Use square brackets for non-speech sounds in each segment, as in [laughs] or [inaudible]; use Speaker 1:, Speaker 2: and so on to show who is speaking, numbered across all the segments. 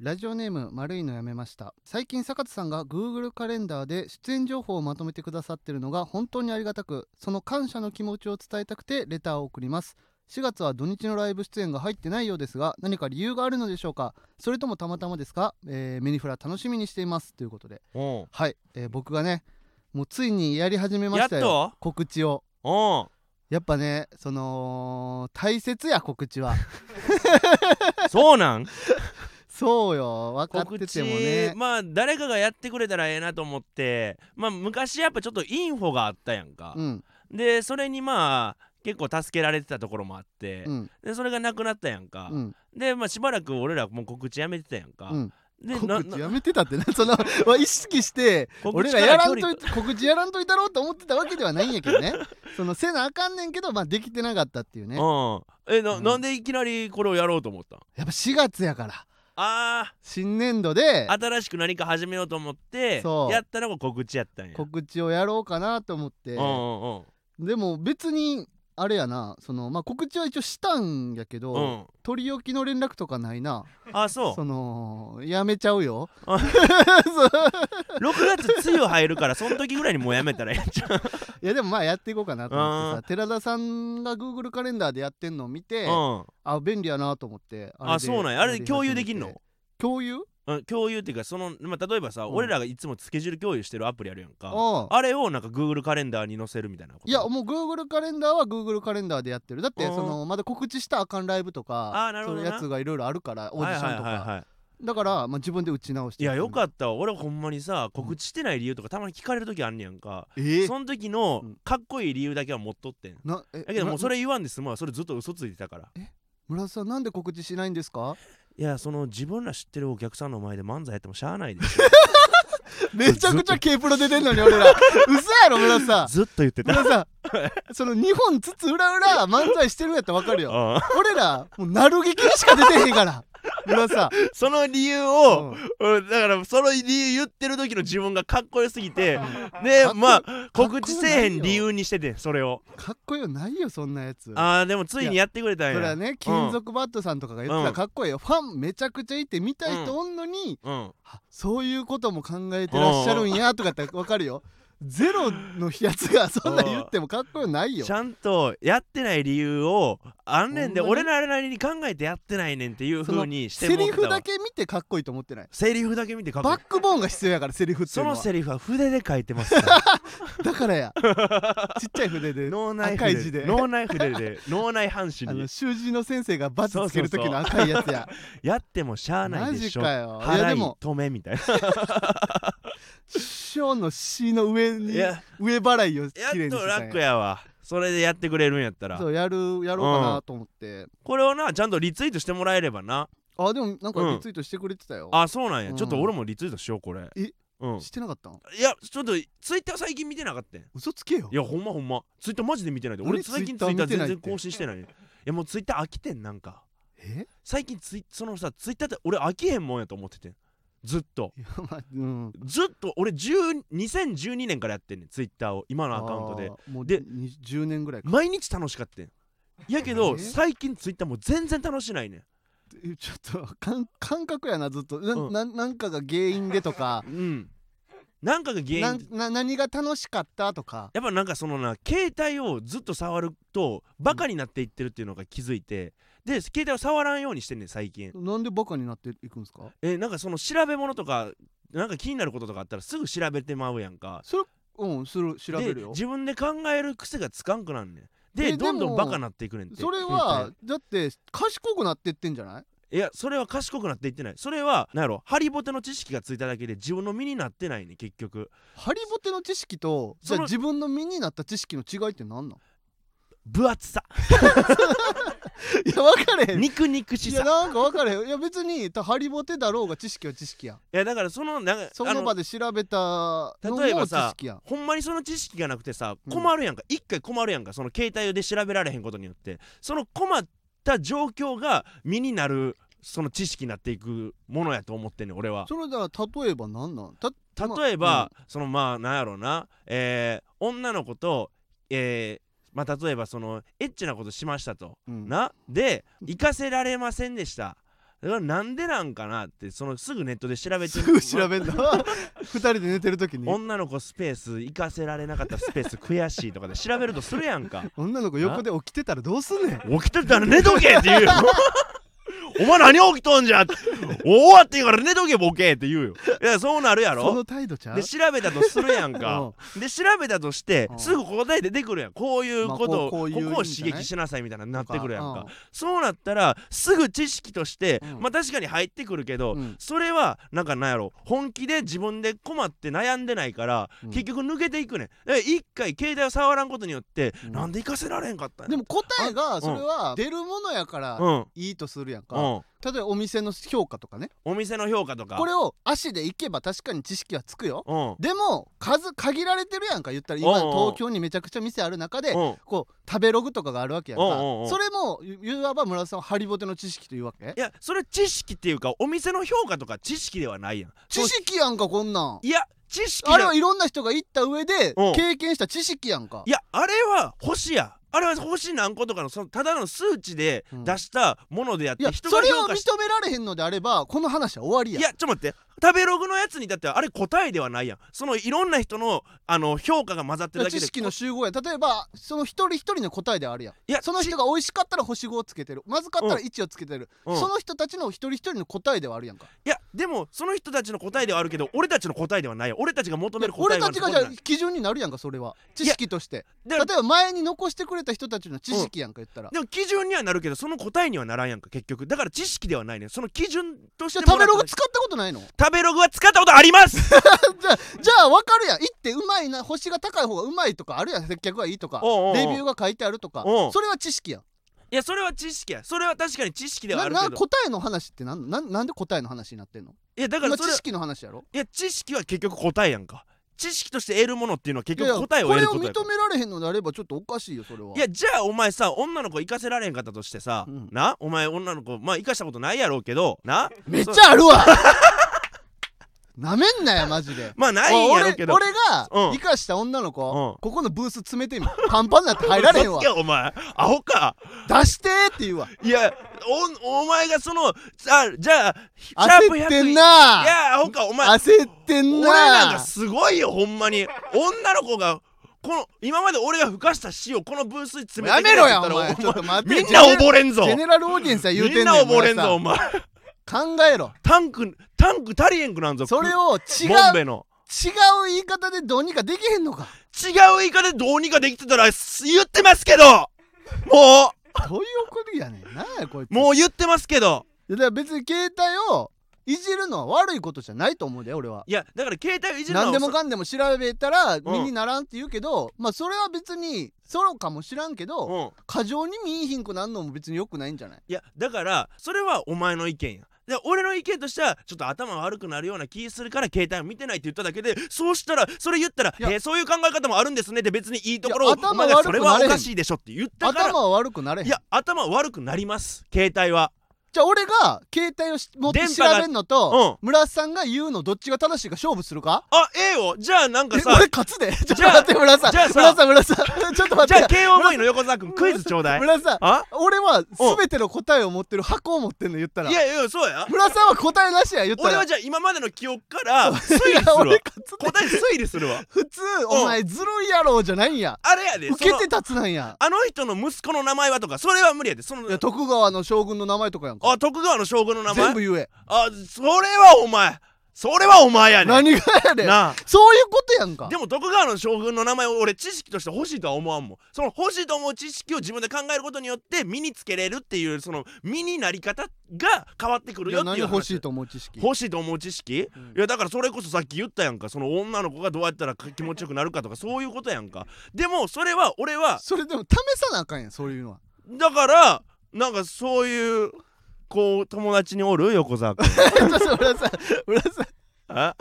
Speaker 1: ラジオネーム丸いのやめました最近坂田さんが Google カレンダーで出演情報をまとめてくださってるのが本当にありがたくその感謝の気持ちを伝えたくてレターを送ります4月は土日のライブ出演が入ってないようですが何か理由があるのでしょうかそれともたまたまですか、えーメニフラ楽しみにしていますということで
Speaker 2: おう
Speaker 1: はい、えー僕がねもうついにやり始めま
Speaker 2: やっ
Speaker 1: したよ
Speaker 2: と
Speaker 1: 告知を
Speaker 2: お [laughs] う
Speaker 1: やっぱねその大切や告
Speaker 2: [laughs]
Speaker 1: 知は
Speaker 2: そう [laughs] なん
Speaker 1: そうよ分かっ
Speaker 2: 告
Speaker 1: て
Speaker 2: 知
Speaker 1: てもね
Speaker 2: まあ誰かがやってくれたらええなと思ってまあ昔やっぱちょっとインフォがあったやんか
Speaker 1: う、ん
Speaker 2: でそれにまあ結構助けられてたところもあって、
Speaker 1: うん
Speaker 2: でそれがなくなったやんか、
Speaker 1: うん
Speaker 2: でまあしばらく俺らもう告知やめてたやんか、
Speaker 1: うん
Speaker 2: でな
Speaker 1: [laughs] 告知
Speaker 2: な
Speaker 1: やめてたってな [laughs] そのまあ意識して
Speaker 2: 告
Speaker 1: 俺
Speaker 2: 知
Speaker 1: ら
Speaker 2: から
Speaker 1: やらん
Speaker 2: 距
Speaker 1: と
Speaker 2: 離
Speaker 1: い告知やらんといたろうと思ってたわけではないんやけどね [laughs] そのせなあかんねんけどまあできてなかったっていうね
Speaker 2: うんえな,、
Speaker 1: うん
Speaker 2: ん、なんでいきなりこれをやろうと思ったん
Speaker 1: やっぱ4月やから
Speaker 2: あ
Speaker 1: 新年度で
Speaker 2: ー新しく何か始めようと思って
Speaker 1: そう
Speaker 2: やったのが告知やったんや
Speaker 1: 告知をやろうかなと思って
Speaker 2: うんうん
Speaker 1: でも別にあれやなそのまあ告知は一応したんやけど、
Speaker 2: うんうん
Speaker 1: 取り置きの連絡とかないな
Speaker 2: あそう
Speaker 1: そのやめちゃうよ
Speaker 2: あ
Speaker 1: [laughs] そう
Speaker 2: 6月梅雨入るからその時ぐらいにもうやめたらええんちゃ [laughs]
Speaker 1: いやでもまあやっていこうかなと思ってさ
Speaker 2: う
Speaker 1: 寺田さんが Google カレンダーでやってんのを見て、
Speaker 2: う、
Speaker 1: あ便利やなと思って
Speaker 2: うん、あそうなんやあれ共有できん
Speaker 1: やり
Speaker 2: の
Speaker 1: 始めて共有
Speaker 2: うん共有っていうかその、まあ、例えばさ、
Speaker 1: うん
Speaker 2: 俺らがいつもスケジュール共有してるアプリあるやんか
Speaker 1: ああ
Speaker 2: あれをなんか Google カレンダーに載せるみたいなこと
Speaker 1: いやもう Google カレンダーは Google カレンダーでやってるだって
Speaker 2: うん
Speaker 1: そのまだ告知したらあかんライブとか
Speaker 2: あなる
Speaker 1: そ
Speaker 2: ほ
Speaker 1: うい
Speaker 2: ど
Speaker 1: う
Speaker 2: な
Speaker 1: やつがいろいろあるからオーディションと
Speaker 2: はいはいはい
Speaker 1: か
Speaker 2: はい
Speaker 1: だからまあ自分で打ち直して
Speaker 2: いやよ
Speaker 1: っ
Speaker 2: かったわ俺ほんまにさ告知してない理由とかたまに聞かれる時あんねやんか
Speaker 1: たええ
Speaker 2: その時の
Speaker 1: うん
Speaker 2: かっこいい理由だけは持っとってん
Speaker 1: なえ
Speaker 2: だけどもう
Speaker 1: む
Speaker 2: それ言わんで済むわそれずっと嘘ついてたから
Speaker 1: 村田さんなんで告知しないんです
Speaker 2: [laughs]
Speaker 1: か
Speaker 2: いやその自分ら知ってるお客さんの前で漫才やってもしゃあないです
Speaker 1: めちゃくちゃ K プロ出てんのに俺ら嘘やろ村田さん
Speaker 2: [laughs] ずっと言ってた
Speaker 1: 村田さんその2本つつ裏裏漫才してるんやったら分かるよ
Speaker 2: [laughs] うん
Speaker 1: 俺らもうなる劇にしか出てへんから村田さん
Speaker 2: その理由
Speaker 1: う
Speaker 2: を
Speaker 1: ん
Speaker 2: うんだからその理由言ってる時の自分がかっこよすぎてでまあ
Speaker 1: かっこ
Speaker 2: 告知せえへん理由にしててそれを
Speaker 1: かっこよないよそんなやつ
Speaker 2: あーでもついにやってくれたん
Speaker 1: それは
Speaker 2: や
Speaker 1: ね金属バットさんとかが言ってた
Speaker 2: う
Speaker 1: ら
Speaker 2: ん
Speaker 1: かっこいいよ、ファンめちゃくちゃいて見たい人おんのに、
Speaker 2: うん
Speaker 1: あそういうことも考えてらっしゃるんやとかってわかる
Speaker 2: [laughs]
Speaker 1: よゼロのやつがそんなん言ってもかっこよないよ
Speaker 2: ちゃんとやってない理由をあんねんで
Speaker 1: ほんま
Speaker 2: 俺
Speaker 1: に
Speaker 2: らなりに考えてやってないねんっていう風にして
Speaker 1: セ
Speaker 2: も
Speaker 1: リ
Speaker 2: らっ
Speaker 1: フ
Speaker 2: た
Speaker 1: だ
Speaker 2: わ
Speaker 1: け見てかっこいいと思ってない
Speaker 2: セリフだけ見てかっこいい
Speaker 1: バックボーンが必要やからセリフってい
Speaker 2: そう
Speaker 1: の
Speaker 2: の
Speaker 1: は
Speaker 2: セリフは筆で書いてますから
Speaker 1: だから
Speaker 2: [laughs]
Speaker 1: やちっちゃい筆で
Speaker 2: 脳
Speaker 1: [laughs]
Speaker 2: 内
Speaker 1: 赤い字
Speaker 2: 筆
Speaker 1: で
Speaker 2: で脳内筆
Speaker 1: [laughs]
Speaker 2: で脳内半紙
Speaker 1: あの
Speaker 2: に
Speaker 1: 習字の先生がバツつける時
Speaker 2: そう
Speaker 1: の
Speaker 2: そ
Speaker 1: 赤いやつや
Speaker 2: やってもしゃあないでしょ
Speaker 1: マジかよいや
Speaker 2: 払
Speaker 1: で
Speaker 2: い
Speaker 1: も
Speaker 2: 止め
Speaker 1: [laughs]
Speaker 2: みたい
Speaker 1: 師匠の C の上
Speaker 2: な
Speaker 1: に
Speaker 2: いや
Speaker 1: 上払いを
Speaker 2: や
Speaker 1: きれい
Speaker 2: っ
Speaker 1: にして
Speaker 2: と
Speaker 1: たん
Speaker 2: 楽やわそれでやってくれるんやったら
Speaker 1: そうやるやろうかなと思って、
Speaker 2: これをなちゃんとリツイートしてもらえればな
Speaker 1: あでもなんか
Speaker 2: うん
Speaker 1: リツイートしてくれてたよ、
Speaker 2: あそうなんや、
Speaker 1: うん
Speaker 2: ちょっと俺もリツイートしようこれ
Speaker 1: え
Speaker 2: うん
Speaker 1: してなかったん
Speaker 2: いやちょっとツイッター最近見てなかったんい
Speaker 1: 嘘つけよ
Speaker 2: やほんまほんまツイッターマジで見てないで
Speaker 1: 何
Speaker 2: 俺最近ツ
Speaker 1: ツ
Speaker 2: イ
Speaker 1: イッ
Speaker 2: ッ
Speaker 1: ター
Speaker 2: ター
Speaker 1: 見てない
Speaker 2: 全
Speaker 1: って
Speaker 2: 然更新してないねいやもうツイッター飽きてんなんか
Speaker 1: え [laughs]
Speaker 2: 最近ツイそのさツイッターって俺飽きへんもんやと思っててんずっと
Speaker 1: いやまあうん
Speaker 2: ずっと俺10 2012年からやってんねんツイッターを今のアカウントで
Speaker 1: あーもうで
Speaker 2: で
Speaker 1: 10年ぐらいか
Speaker 2: 毎日楽しかったんやけ
Speaker 1: え
Speaker 2: ど最近ツイッターもう全然楽しないね
Speaker 1: え [laughs] ちょっと感感覚やなずっとな,、
Speaker 2: うん
Speaker 1: ななんかが原因でとか
Speaker 2: んうんなんかが [laughs] 原因
Speaker 1: なんな何が楽しかったとか
Speaker 2: やっぱなんかそのな携帯をずっと触るとバカになっていってるっていうのが気づいて、で携帯を触らんようにしてんねん最近
Speaker 1: なんでバカになっていくんですか
Speaker 2: えなんかその調べ物とかなんか気になることとかあったらすぐ調べてまうやんか
Speaker 1: それうんする調べる
Speaker 2: で
Speaker 1: よ
Speaker 2: 自分で考える癖がつかんくなんねん
Speaker 1: えで
Speaker 2: で
Speaker 1: も
Speaker 2: どんどんバカなっていくねんって
Speaker 1: それはだって賢くなってってんじゃない
Speaker 2: いやそれは賢くなっていってないそれはなんやろハリボテの知識がついただけで自分の身になってないねん結局
Speaker 1: ハリボテの知識とじ
Speaker 2: そ
Speaker 1: ゃあ
Speaker 2: の
Speaker 1: 自分の身になった知識の違いって何なん
Speaker 2: 分厚さ
Speaker 1: いや分かれへん
Speaker 2: 肉肉し
Speaker 1: い
Speaker 2: さ
Speaker 1: やなんか分かれへんいや別にたハリボテだろうが知識は知識や
Speaker 2: いやだからそのなんか
Speaker 1: そ
Speaker 2: あ
Speaker 1: の場で調べたの
Speaker 2: 例え
Speaker 1: も
Speaker 2: ば
Speaker 1: 知
Speaker 2: さ
Speaker 1: 識やん
Speaker 2: ほんまにその知識がなくてさ
Speaker 1: うん
Speaker 2: 困るやんか、一回困るやんかその携帯で調べられへんことによってその困った状況が身になるその知識になっていくものやと思ってんねん俺は
Speaker 1: それだから例えばなんなんた
Speaker 2: 例えば、そのまあなんやろうなえー女の子とえーまあ例えばそのエッチなことしましたと、
Speaker 1: うんうん
Speaker 2: なで行かせられませんでしただからなんでなんかなってそのすぐネットで調べて
Speaker 1: すぐ調 [laughs] べんだ二人で寝てる時に
Speaker 2: 女の子スペース行かせられなかったスペース悔しいとかで調べるとするやんか
Speaker 1: 女の子横で起きてたらどうすんねん
Speaker 2: 起きてたら寝とけって言うよ [laughs] お前何起きとんじゃって終わって言うから寝とけボケって言うよいやそうなるや
Speaker 1: そ
Speaker 2: ろ
Speaker 1: の態度ちゃう
Speaker 2: で調べたとするやんかで調べたとして
Speaker 1: うん
Speaker 2: すぐ答え出てくるやんこういうことを
Speaker 1: まあこうこ
Speaker 2: こ
Speaker 1: う
Speaker 2: こ
Speaker 1: いう意味
Speaker 2: を刺
Speaker 1: じゃない
Speaker 2: 激しなさいみたいなのにな
Speaker 1: な
Speaker 2: ってくるやんかそうなったらすぐ知識として
Speaker 1: うん
Speaker 2: まあ確かに入ってくるけど
Speaker 1: うん
Speaker 2: それはなんかなんやろ本気で自分で困って悩んでないから
Speaker 1: うん
Speaker 2: 結局抜けていくねんだから一回携帯を触らんことによって
Speaker 1: うん
Speaker 2: なんで行かせられんかった
Speaker 1: [laughs]
Speaker 2: ん
Speaker 1: で
Speaker 2: や
Speaker 1: も答えが
Speaker 2: ん
Speaker 1: それは出るものやから
Speaker 2: うん
Speaker 1: いいとするやん
Speaker 2: う
Speaker 1: か
Speaker 2: ん
Speaker 1: 例えばお店の評価とかね
Speaker 2: お店の評価とか
Speaker 1: これを足で行けば確かに知識はつくよ
Speaker 2: うん
Speaker 1: でも数限られてるやんか言ったら
Speaker 2: おう
Speaker 1: 今
Speaker 2: おう
Speaker 1: 東京にめちゃくちゃ店ある中で
Speaker 2: うん
Speaker 1: こう食べログとかがあるわけやん
Speaker 2: おう
Speaker 1: か
Speaker 2: おうおう
Speaker 1: それもいいわば村田さんはハリボテの知識というわけ
Speaker 2: いやそれ知識っていうかお店の評価とか知識ではないやん
Speaker 1: 知識やんかこんなん
Speaker 2: いや知識で
Speaker 1: あれはいろんな人が行った上で
Speaker 2: うん
Speaker 1: 経験した知識やんか
Speaker 2: いやあれは星やあれは星何個とかのそのただの数値で
Speaker 1: うん
Speaker 2: 出したものであっ
Speaker 1: い
Speaker 2: て、
Speaker 1: や
Speaker 2: 人
Speaker 1: そ
Speaker 2: が
Speaker 1: れを
Speaker 2: 評
Speaker 1: 認
Speaker 2: 価し
Speaker 1: められへんのであればこの話は終わり
Speaker 2: い
Speaker 1: や
Speaker 2: や
Speaker 1: ん
Speaker 2: ちょっと待って食べログのやつにだってあれ答えではないやんそのいろんな人のあの評価が混ざってるだけで
Speaker 1: 知識の集合や例えばその一人一人の答えであるやん
Speaker 2: いや
Speaker 1: その人が美味しかったら星5をつけてるまずかったら
Speaker 2: う
Speaker 1: 1をつけてる、
Speaker 2: うん
Speaker 1: その人たちの一人一人の答えではあるやんか
Speaker 2: いやでもその人たちの答えではあるけど俺たちの答えではないよ俺たちが求める答
Speaker 1: 俺
Speaker 2: えは
Speaker 1: たちがじゃあ基準になるやんかそれは知識として
Speaker 2: だ
Speaker 1: 例
Speaker 2: か
Speaker 1: え
Speaker 2: ら
Speaker 1: ば前に残してくれた人たちの知識やんか言ったら、
Speaker 2: でも基準にはなるけどその答えにはならんやんか結局だから知識ではないねんその基準とし
Speaker 1: じゃ
Speaker 2: て
Speaker 1: あ食
Speaker 2: もら
Speaker 1: べ
Speaker 2: った
Speaker 1: ログ使ったことないの [laughs] じ
Speaker 2: 食べログは使ったことあります
Speaker 1: ゃあじゃあ分かるやん行ってうまいな星が高い方がうまいとかあるやん接客がいいとか
Speaker 2: おうおうおう
Speaker 1: レビューが書いてあるとか
Speaker 2: おう
Speaker 1: それは知識やん
Speaker 2: いやそれは知識やそれは確かに知識ではあ
Speaker 1: な
Speaker 2: るけ
Speaker 1: な
Speaker 2: ど
Speaker 1: 答えの話ってなんなんなんで答えの話になってんの
Speaker 2: いやだから
Speaker 1: 今
Speaker 2: それ
Speaker 1: 知
Speaker 2: は
Speaker 1: 識の話やろ
Speaker 2: いや知識は結局答えやんか知識として得るものっていうのは結
Speaker 1: いや
Speaker 2: 局答えを得ることやか
Speaker 1: こ
Speaker 2: ら
Speaker 1: れを認められへんのであればちょっとおかしいよそれはい
Speaker 2: やじゃあお前さ女の子行かせられんかったとしてさ、
Speaker 1: うん
Speaker 2: なお前女の子まあ行かしたことないやろうけど [laughs] な
Speaker 1: めっちゃあるわなめんなよマジで
Speaker 2: まあないん
Speaker 1: お俺
Speaker 2: やろうけど
Speaker 1: 俺が
Speaker 2: うん
Speaker 1: 生かした女の子、
Speaker 2: うん
Speaker 1: ここのブース詰めてみパンパンになって入られへんわ
Speaker 2: [laughs] 嘘つけお前アホか
Speaker 1: 出してーって言うわ
Speaker 2: いやおお前がそのさじゃあシャープ
Speaker 1: 焦
Speaker 2: 100
Speaker 1: ってん
Speaker 2: い
Speaker 1: な
Speaker 2: やアホかお前
Speaker 1: 焦ってん
Speaker 2: 俺
Speaker 1: な
Speaker 2: なんかすごいよほんまに女の子がこの今まで俺がふかした死をこのブースに詰め
Speaker 1: や
Speaker 2: て
Speaker 1: め
Speaker 2: くれ
Speaker 1: ろ
Speaker 2: って言
Speaker 1: や
Speaker 2: っ
Speaker 1: お
Speaker 2: た
Speaker 1: 前
Speaker 2: ら
Speaker 1: ちょっと待って
Speaker 2: みんな溺れんぞ
Speaker 1: ジェネラルオーディエンスは言うてんね
Speaker 2: みん
Speaker 1: ん
Speaker 2: な溺れんぞお
Speaker 1: 村
Speaker 2: 前
Speaker 1: さん考えろ
Speaker 2: タンクタンク足りへんくなんぞ
Speaker 1: それを違う
Speaker 2: ボンベの
Speaker 1: 違う言い方でどうにかできへんのか
Speaker 2: 違う言い方でどうにかできてたらす言ってますけども
Speaker 1: どういうことやねんなんやこいつ
Speaker 2: うもう言ってますけど
Speaker 1: いやだから別に携帯をいじるのは悪いことじゃないと思うで俺はい
Speaker 2: やだから携帯をいじるのは
Speaker 1: 何でもかんでも調べたら身
Speaker 2: うん
Speaker 1: にならんって言うけど、まあそれは別にソロかもしらんけど、
Speaker 2: うん
Speaker 1: 過剰に見えひんくなんのも別に良くないんじゃない
Speaker 2: いやだからそれはお前の意見やで俺の意見としてはちょっと頭悪くなるような気するから携帯を見てないって言っただけでそうしたらそれ言ったら「
Speaker 1: いや
Speaker 2: へえそういう考え方もあるんですね」って別にいいところ
Speaker 1: い
Speaker 2: を
Speaker 1: や頭
Speaker 2: お前が
Speaker 1: 悪く
Speaker 2: そ
Speaker 1: なれ
Speaker 2: れ
Speaker 1: へん
Speaker 2: はおかしいでしょって言ったから
Speaker 1: 頭は悪くなれへん
Speaker 2: いや頭悪くなります携帯は
Speaker 1: じゃあ俺が携帯をし持って
Speaker 2: 電波
Speaker 1: 調
Speaker 2: が
Speaker 1: べんのと、
Speaker 2: う
Speaker 1: 村瀬さんが言うのどっちが正しいか勝負するか
Speaker 2: あええよじゃあなん
Speaker 1: え
Speaker 2: かさ
Speaker 1: 俺勝つでちょっと
Speaker 2: じゃあ
Speaker 1: 待って村瀬さん
Speaker 2: じゃ
Speaker 1: 村瀬
Speaker 2: あさ
Speaker 1: さん村瀬さん [laughs] ちょっと
Speaker 2: じ
Speaker 1: 待っ
Speaker 2: ゃあ
Speaker 1: て
Speaker 2: KOV の横澤君クイズちょうだい
Speaker 1: 村瀬さん
Speaker 2: あ
Speaker 1: 俺は全ての答えを持ってる箱を持ってんの言ったら
Speaker 2: いやいやそうや
Speaker 1: 村瀬さんは答えなしや言ったら
Speaker 2: 俺はじゃあ今までの記憶から推
Speaker 1: [laughs] い
Speaker 2: 理
Speaker 1: や
Speaker 2: するわ
Speaker 1: 俺勝つで
Speaker 2: 答え推理するわ
Speaker 1: 普通お前ずるいやろうじゃないんや
Speaker 2: あれやで
Speaker 1: 受け
Speaker 2: そ
Speaker 1: て
Speaker 2: の
Speaker 1: 立つなんや
Speaker 2: あの人の息子の名前はとかそれは無理やでその
Speaker 1: いや徳川の将軍の名前とかやんか
Speaker 2: あ徳川の将軍の名
Speaker 1: 全
Speaker 2: 前
Speaker 1: 部言え
Speaker 2: あそれはお前それはお前やねん
Speaker 1: 何がやで
Speaker 2: な
Speaker 1: そういうことやん
Speaker 2: あ
Speaker 1: か
Speaker 2: でも徳川の将軍の名前を俺知識として欲しいとは思わんもんその欲しいと思う知識を自分で考えることによって身につけれるっていうその身になり方が変わってくる
Speaker 1: い
Speaker 2: よっ
Speaker 1: や
Speaker 2: ていう
Speaker 1: 何
Speaker 2: 話
Speaker 1: 欲しいと思う知識
Speaker 2: 欲しいと思う知識、
Speaker 1: うん
Speaker 2: いやだからそれこそさっき言ったやんかその女の子がどうやったら気持ちよくなるかとかそういうことやんかでもそれは俺は
Speaker 1: それでも試さなあかんやんそういうのは
Speaker 2: だからなんかそういうこう友達におる横澤
Speaker 1: [laughs]
Speaker 2: 君
Speaker 1: ちょっと村さん村さ
Speaker 2: あ
Speaker 1: ん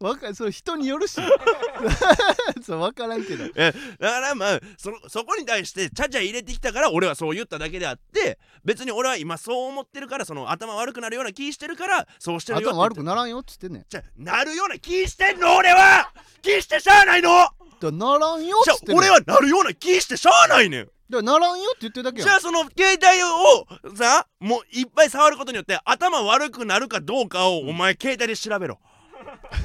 Speaker 1: わかるそれ人によるし [laughs] そう分からんけど
Speaker 2: えだからまあそのそこに対してちゃちゃ入れてきたから俺はそう言っただけであって別に俺は今そう思ってるからその頭悪くなるような気してるからそうしてるよ
Speaker 1: 頭悪
Speaker 2: って
Speaker 1: くならんよっつってんねん
Speaker 2: じゃなるような気してんの俺は気してしゃあないの
Speaker 1: だからならんよっ
Speaker 2: じゃ
Speaker 1: つってんねん
Speaker 2: 俺はなるような気してしゃあないねん
Speaker 1: だからならんよって言ってるだけ
Speaker 2: じ
Speaker 1: や
Speaker 2: ゃ
Speaker 1: ん
Speaker 2: あその携帯をさもういっぱい触ることによって頭悪くなるかどうかをお前携帯で調べろ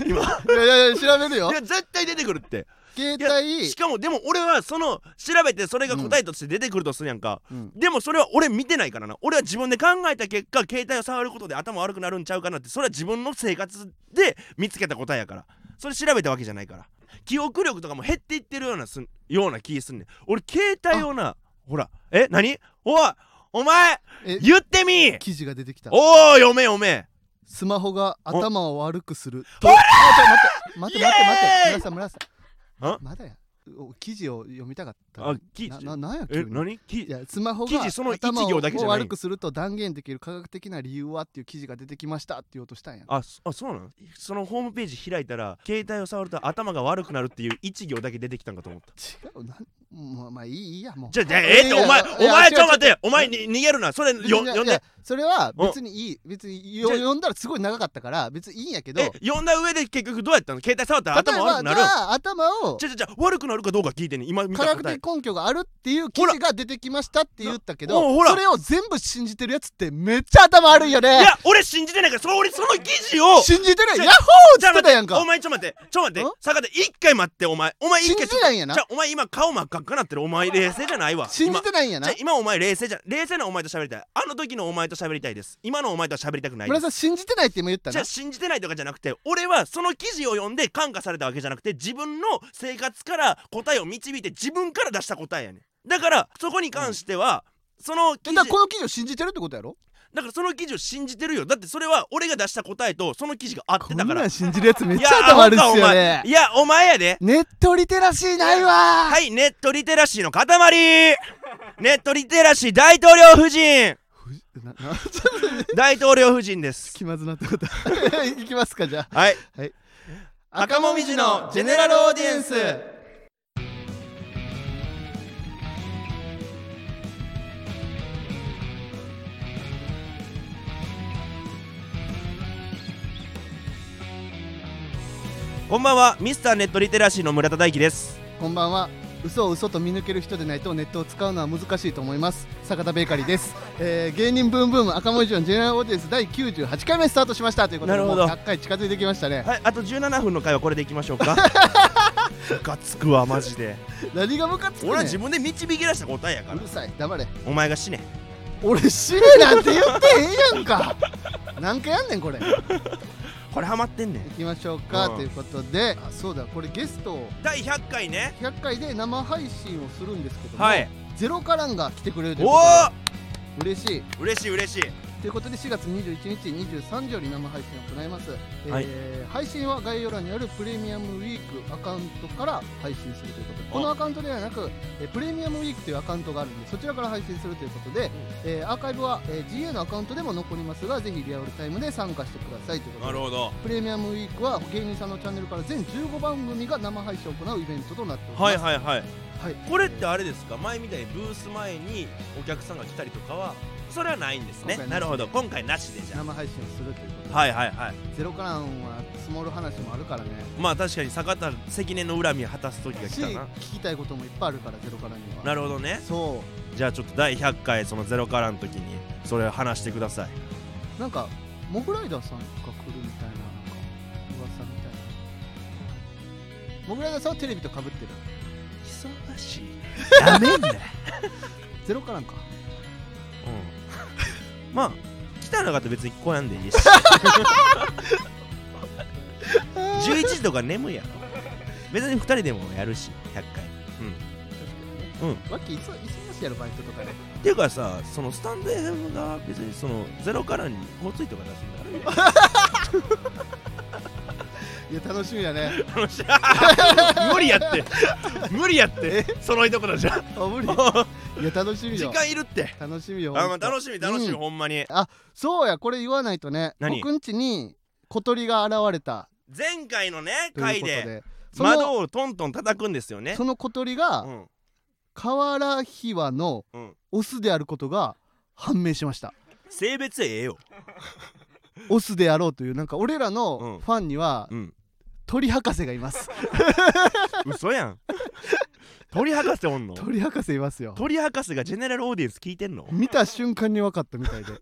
Speaker 2: 今い
Speaker 1: いやいやいや調べるよ
Speaker 2: や絶対出てくるって
Speaker 1: 携
Speaker 2: いや
Speaker 1: 帯
Speaker 2: しかもでも俺はその調べてそれが答えとして出てくるとするやんか、
Speaker 1: うん
Speaker 2: でもそれは俺見てないからな俺は自分で考えた結果携帯を触ることで頭悪くなるんちゃうかなってそれは自分の生活で見つけた答えやからそれ調べたわけじゃないから記憶力とかも減っていってるようなすんような気すんねん俺携帯をなほらえ何おいお前
Speaker 1: え
Speaker 2: 言ってみ
Speaker 1: 記事が出てきた
Speaker 2: おお読め読め
Speaker 1: スマホが頭を悪くすると
Speaker 2: ほら
Speaker 1: あ待って待って待って待って
Speaker 2: イエーイ
Speaker 1: 村さん村さ
Speaker 2: あ
Speaker 1: んまだやお記事を読みたかった
Speaker 2: あ記事
Speaker 1: なななんや
Speaker 2: え
Speaker 1: 急に
Speaker 2: 何き
Speaker 1: いやスマホ
Speaker 2: 記
Speaker 1: が
Speaker 2: 事その一
Speaker 1: 頭
Speaker 2: 行だけじゃ
Speaker 1: を
Speaker 2: ない
Speaker 1: 悪くすると断言できる科学的な理由はっていう記事が出てきましたって言おうとしたんや
Speaker 2: あそあそうなのそのホームページ開いたら携帯を触ると頭が悪くなるっていう一行だけ出てきたんかと思った
Speaker 1: 違うなんもうまあいいいいやもう
Speaker 2: じゃあじゃあ
Speaker 1: い
Speaker 2: え
Speaker 1: や
Speaker 2: えっ
Speaker 1: い
Speaker 2: て
Speaker 1: や
Speaker 2: お前
Speaker 1: い
Speaker 2: お
Speaker 1: や
Speaker 2: 前
Speaker 1: 違
Speaker 2: ち
Speaker 1: う
Speaker 2: ょっと待っ
Speaker 1: 違
Speaker 2: てお前に逃げるなそれよ
Speaker 1: ういや
Speaker 2: 読ん
Speaker 1: いや
Speaker 2: で
Speaker 1: それは
Speaker 2: うん
Speaker 1: 別にいい別によ
Speaker 2: じゃあ
Speaker 1: 読んだらすごい長かったから別にいいんやけど
Speaker 2: え
Speaker 1: 例
Speaker 2: 読んだ上で結局どうやったの携帯触ったら頭悪くな
Speaker 1: えば
Speaker 2: る
Speaker 1: じゃあ頭を
Speaker 2: じゃじゃじゃ悪くなるかどうか聞いてね今見
Speaker 1: 科
Speaker 2: た
Speaker 1: 学
Speaker 2: 答え
Speaker 1: 的根拠があるっていう記事が出てきましたって言ったけ
Speaker 2: なおう
Speaker 1: ど
Speaker 2: ほら
Speaker 1: それを全部信じてるやつってめっちゃ頭悪いよ
Speaker 2: い
Speaker 1: ね
Speaker 2: や俺信じてないからそれ俺その記事を
Speaker 1: 信じてる
Speaker 2: じ
Speaker 1: やん
Speaker 2: ゃ
Speaker 1: ヤ
Speaker 2: あ
Speaker 1: ッホーっ
Speaker 2: じ
Speaker 1: つっ
Speaker 2: ゃ
Speaker 1: て
Speaker 2: あ待
Speaker 1: た
Speaker 2: っ
Speaker 1: やん
Speaker 2: てお
Speaker 1: か
Speaker 2: 前ちょっと待ってちょっと待っ
Speaker 1: ん
Speaker 2: て坂田一回待ってお前お前一
Speaker 1: 信
Speaker 2: 回
Speaker 1: じ
Speaker 2: ち
Speaker 1: て
Speaker 2: ょっ
Speaker 1: ないんや
Speaker 2: と
Speaker 1: な
Speaker 2: じゃあお前今顔真っ赤っかなってるお前冷静じゃないわ
Speaker 1: 信
Speaker 2: 今
Speaker 1: じてないんやな
Speaker 2: じゃあ今お前冷静じゃ冷静なお前と喋りたいあの時のお前と喋りたいです今のお前とは喋りたくないで
Speaker 1: 村
Speaker 2: す
Speaker 1: さん信じてないって今言った
Speaker 2: じ
Speaker 1: な
Speaker 2: ゃあ信じてないとかじゃなくて俺はその記事を読んで感化されたわけじゃなくて自分の生活から答えを導いて自分から出した答えやねんだからそこに関しては、その記
Speaker 1: えだ
Speaker 2: 事
Speaker 1: からこの記事を信じてるってことやろ
Speaker 2: だからその記事を信じてるよだってそれは俺が出した答えとその記事が合っ
Speaker 1: こ
Speaker 2: て
Speaker 1: ん
Speaker 2: たか
Speaker 1: な
Speaker 2: ら
Speaker 1: ん信じるやつめっ
Speaker 2: い
Speaker 1: ち
Speaker 2: や
Speaker 1: ゃ
Speaker 2: ア
Speaker 1: 頭
Speaker 2: ホ
Speaker 1: 悪いっ
Speaker 2: かお
Speaker 1: すよ
Speaker 2: 前
Speaker 1: ね
Speaker 2: いやお前やで
Speaker 1: ネットリテラシーないわー
Speaker 2: はいネットリテラシーの塊 [laughs] ネットリテラシー大統領夫人
Speaker 1: なな
Speaker 2: 大統領夫人です
Speaker 1: 気まずなってこと [laughs] いきますかじゃあ
Speaker 2: はい
Speaker 1: 赤
Speaker 2: 赤
Speaker 1: も
Speaker 2: も
Speaker 1: み
Speaker 2: み
Speaker 1: じ
Speaker 2: じ
Speaker 1: の
Speaker 2: の
Speaker 1: ジ
Speaker 2: ジ
Speaker 1: ェ
Speaker 2: ェ
Speaker 1: ネ
Speaker 2: ネ
Speaker 1: ラ
Speaker 2: ラ
Speaker 1: ル
Speaker 2: ル
Speaker 1: オ
Speaker 2: オ
Speaker 1: ー
Speaker 2: ー
Speaker 1: デ
Speaker 2: デ
Speaker 1: ィ
Speaker 2: ィ
Speaker 1: エ
Speaker 2: エ
Speaker 1: ン
Speaker 2: ン
Speaker 1: ス
Speaker 2: スこんばんはミスターネットリテラシーの村田大樹です
Speaker 1: こんばんは嘘を嘘と見抜ける人でないとネットを使うのは難しいと思います坂田ベーカリーです、えー、芸人ブンブーム赤文字のジェネラルオーディエンス第98回目スタートしましたということで
Speaker 2: なる
Speaker 1: も
Speaker 2: ほど
Speaker 1: う100回近づいてきましたね
Speaker 2: はいあと17分の回はこれでいきましょう [laughs] かムカつくわマジで
Speaker 1: 何がムカつくねん
Speaker 2: 俺は自分で導き出した答えやか
Speaker 1: う
Speaker 2: ら
Speaker 1: るさい黙れ
Speaker 2: お前が死ね
Speaker 1: 俺死ねなんて言ってへんやんかなんかやんねんこれ行
Speaker 2: これハマってんねん
Speaker 1: きましょうか、
Speaker 2: うん
Speaker 1: ということであそうだこれゲストを
Speaker 2: 第100回ね
Speaker 1: 100回で生配信をするんですけども、
Speaker 2: はい
Speaker 1: ゼロカランが来てくれるという
Speaker 2: お
Speaker 1: こ
Speaker 2: お
Speaker 1: とで嬉しい
Speaker 2: ー嬉しい嬉しい
Speaker 1: ということで4月21日23時より生配信を行います、えー
Speaker 2: はい
Speaker 1: 配信は概要欄にあるプレミアムウィークアカウントから配信するということでこのアカウントではなく、えープレミアムウィークというアカウントがあるのでそちらから配信するということで、えーアーカイブは、えー GA のアカウントでも残りますがぜひリアルタイムで参加してくださいということ
Speaker 2: な
Speaker 1: で
Speaker 2: るほど
Speaker 1: プレミアムウィークは芸人さんのチャンネルから全15番組が生配信を行うイベントとなっております、
Speaker 2: はいはいはい
Speaker 1: はい
Speaker 2: これってあれですか前みたいにブース前にお客さんが来たりとかはそれはないんですね
Speaker 1: 今回なし
Speaker 2: なるほど今回なしでじゃ
Speaker 1: 生配信をするということで、
Speaker 2: あはいはいはい
Speaker 1: ゼロカランは積もる話もあるからね
Speaker 2: まあ確かに坂田関根の恨みを果たす時が来
Speaker 1: した
Speaker 2: な
Speaker 1: 聞きたいこともいっぱいあるからゼロカランには
Speaker 2: なるほどね
Speaker 1: そ
Speaker 2: じゃあちょっと第100回そのゼロからの時にそれを話してくださいう
Speaker 1: なんかモグライダーさんが来るみたいななんか噂みたいなモグライダーさんはテレビとかぶってる
Speaker 2: 忙しいやめんなうん
Speaker 1: ゼロカランか
Speaker 2: まあ来たのがと別に来やんでいいし11時とか眠いやろ別に2人でもやるし100回
Speaker 1: 確か
Speaker 2: う
Speaker 1: に
Speaker 2: ん
Speaker 1: ねワッキー忙忙しいやろバイトと
Speaker 2: [laughs]
Speaker 1: かで
Speaker 2: っていうかさそのスタンド FM が別にそのゼロからに交通費とか出すんだからね
Speaker 1: いや楽しみやね
Speaker 2: あのし [laughs] 無理やって無理やってそ [laughs] のいとこだじゃん
Speaker 1: あ無理いや楽しみ
Speaker 2: 時
Speaker 1: よ
Speaker 2: 間いるって
Speaker 1: 楽しみ
Speaker 2: あ
Speaker 1: よ
Speaker 2: ま
Speaker 1: ほ
Speaker 2: あ
Speaker 1: んと
Speaker 2: 楽しみ楽しみ、
Speaker 1: うん
Speaker 2: ほんまに
Speaker 1: そうやこれ言わないとね
Speaker 2: 何
Speaker 1: 僕んちに小鳥が現れた
Speaker 2: 前回のね
Speaker 1: というこ
Speaker 2: 回
Speaker 1: と
Speaker 2: で
Speaker 1: でその
Speaker 2: 窓をトントン叩くんですよね
Speaker 1: その小鳥が、
Speaker 2: うん
Speaker 1: 河原秘話の
Speaker 2: うん
Speaker 1: オスであることが判明しました
Speaker 2: 性別ええよ
Speaker 1: オスであろうというなんか俺ら
Speaker 2: う
Speaker 1: の
Speaker 2: ん
Speaker 1: ファンには
Speaker 2: うん
Speaker 1: [laughs] 鳥博士がいます
Speaker 2: 嘘やん鳥博士おんの
Speaker 1: 鳥博士いますよ
Speaker 2: 鳥博士がジェネラルオーディエンス聞いてんの
Speaker 1: 見た瞬間に分かったみたいで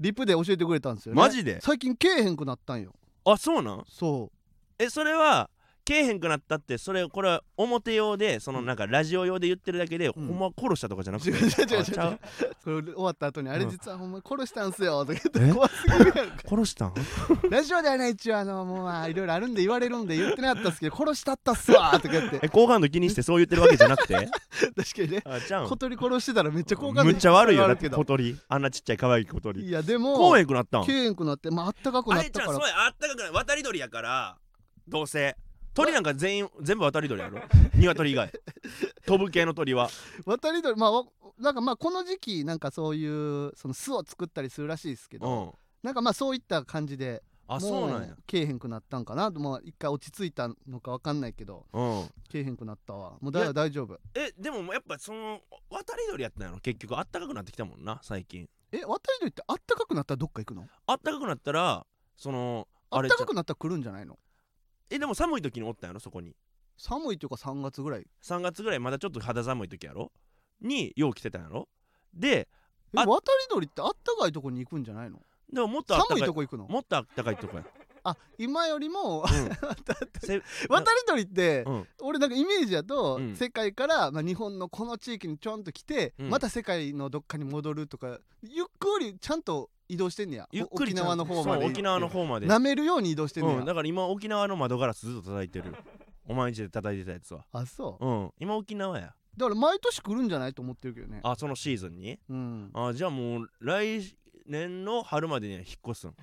Speaker 1: リプで教えてくれたんですよね
Speaker 2: マジで
Speaker 1: 最近けえへんくなったんよ
Speaker 2: あそうなん
Speaker 1: そ
Speaker 2: えそれはけえへんくなったってそれこれは表用でそのなんかラジオ用で言ってるだけで、
Speaker 1: ん
Speaker 2: ほんま殺したとかじゃなくて
Speaker 1: 違う違う違う違う
Speaker 2: あちゃ
Speaker 1: うこれ終わった後にあれ
Speaker 2: うん
Speaker 1: 実はほんまに殺したんすよとか言っ
Speaker 2: え
Speaker 1: て怖すぎるやんか
Speaker 2: 殺したん
Speaker 1: ラジオではね一応あのもうまあいろいろあるんで言われるんで言ってなかったっすけど殺したったっすわとか言って
Speaker 2: え好感度気にしてそう言ってるわけじゃな
Speaker 1: [laughs]
Speaker 2: くて
Speaker 1: 確かにね
Speaker 2: あちゃうん
Speaker 1: 小鳥殺してたらめっちゃ好感
Speaker 2: むっちゃ悪いよだ
Speaker 1: だ
Speaker 2: って
Speaker 1: けど
Speaker 2: 小鳥あんなちっちゃい可愛い小鳥
Speaker 1: いやでも
Speaker 2: こうへんくなったん
Speaker 1: けえへんくなってまああったかくな
Speaker 2: あ
Speaker 1: っ
Speaker 2: れち
Speaker 1: た
Speaker 2: ゃん
Speaker 1: か
Speaker 2: そう
Speaker 1: ら
Speaker 2: やあったかくない渡り鳥やからどうせ鳥なんか全員全部渡り鳥やろ [laughs] 鶏以外飛ぶ系の鳥は
Speaker 1: 渡り鳥まあわなんかまあこの時期なんかそういうその巣を作ったりするらしいですけ
Speaker 2: う
Speaker 1: ど、
Speaker 2: ん
Speaker 1: なんかまあそういった感じで
Speaker 2: あそうなんや
Speaker 1: もけえへんくなったんかなもう一回落ち着いたのかわかんないけど
Speaker 2: うん
Speaker 1: けえへんくなったわもう
Speaker 2: い
Speaker 1: だ
Speaker 2: や
Speaker 1: 大丈夫
Speaker 2: えでもやっぱその渡り鳥やったんやろ結局あったかくなってきたもんな最近
Speaker 1: え渡り鳥ってあったかくなったらどっか行くの
Speaker 2: あったかくなったらその
Speaker 1: あ
Speaker 2: あ
Speaker 1: っ
Speaker 2: れ
Speaker 1: た
Speaker 2: ち
Speaker 1: か
Speaker 2: ゃう
Speaker 1: くなったら来るんじゃないの
Speaker 2: えでも寒い時におったんやろそこに
Speaker 1: 寒いというか3月ぐらい
Speaker 2: 3月ぐらいまだちょっと肌寒い時やろによう来てたんやろで
Speaker 1: え
Speaker 2: あ
Speaker 1: 渡り鳥ってあったかいとこに行くんじゃないの
Speaker 2: でももっとあった
Speaker 1: 寒い
Speaker 2: かい
Speaker 1: とこ行くの
Speaker 2: もっとあったかいとこや、
Speaker 1: あ今よりも [laughs]
Speaker 2: うんせ
Speaker 1: 渡り鳥って、
Speaker 2: うん
Speaker 1: 俺なんかイメージだと、
Speaker 2: うん
Speaker 1: 世界から、まあ、日本のこの地域にちょんと来て、
Speaker 2: うん
Speaker 1: また世界のどっかに戻るとかゆっくりちゃんと移動してんねや
Speaker 2: ゆっくり
Speaker 1: お沖縄の方まで
Speaker 2: そう沖縄の方まで
Speaker 1: 舐めるように移動してんねや、
Speaker 2: うん、だから今沖縄の窓ガラスずっと叩いてるお前んちで叩いてたやつは
Speaker 1: あそう
Speaker 2: うん今沖縄や
Speaker 1: だから毎年来るんじゃないと思ってるけどね
Speaker 2: あそのシーズンに
Speaker 1: うん
Speaker 2: あじゃあもう来年の春までには引っ越すん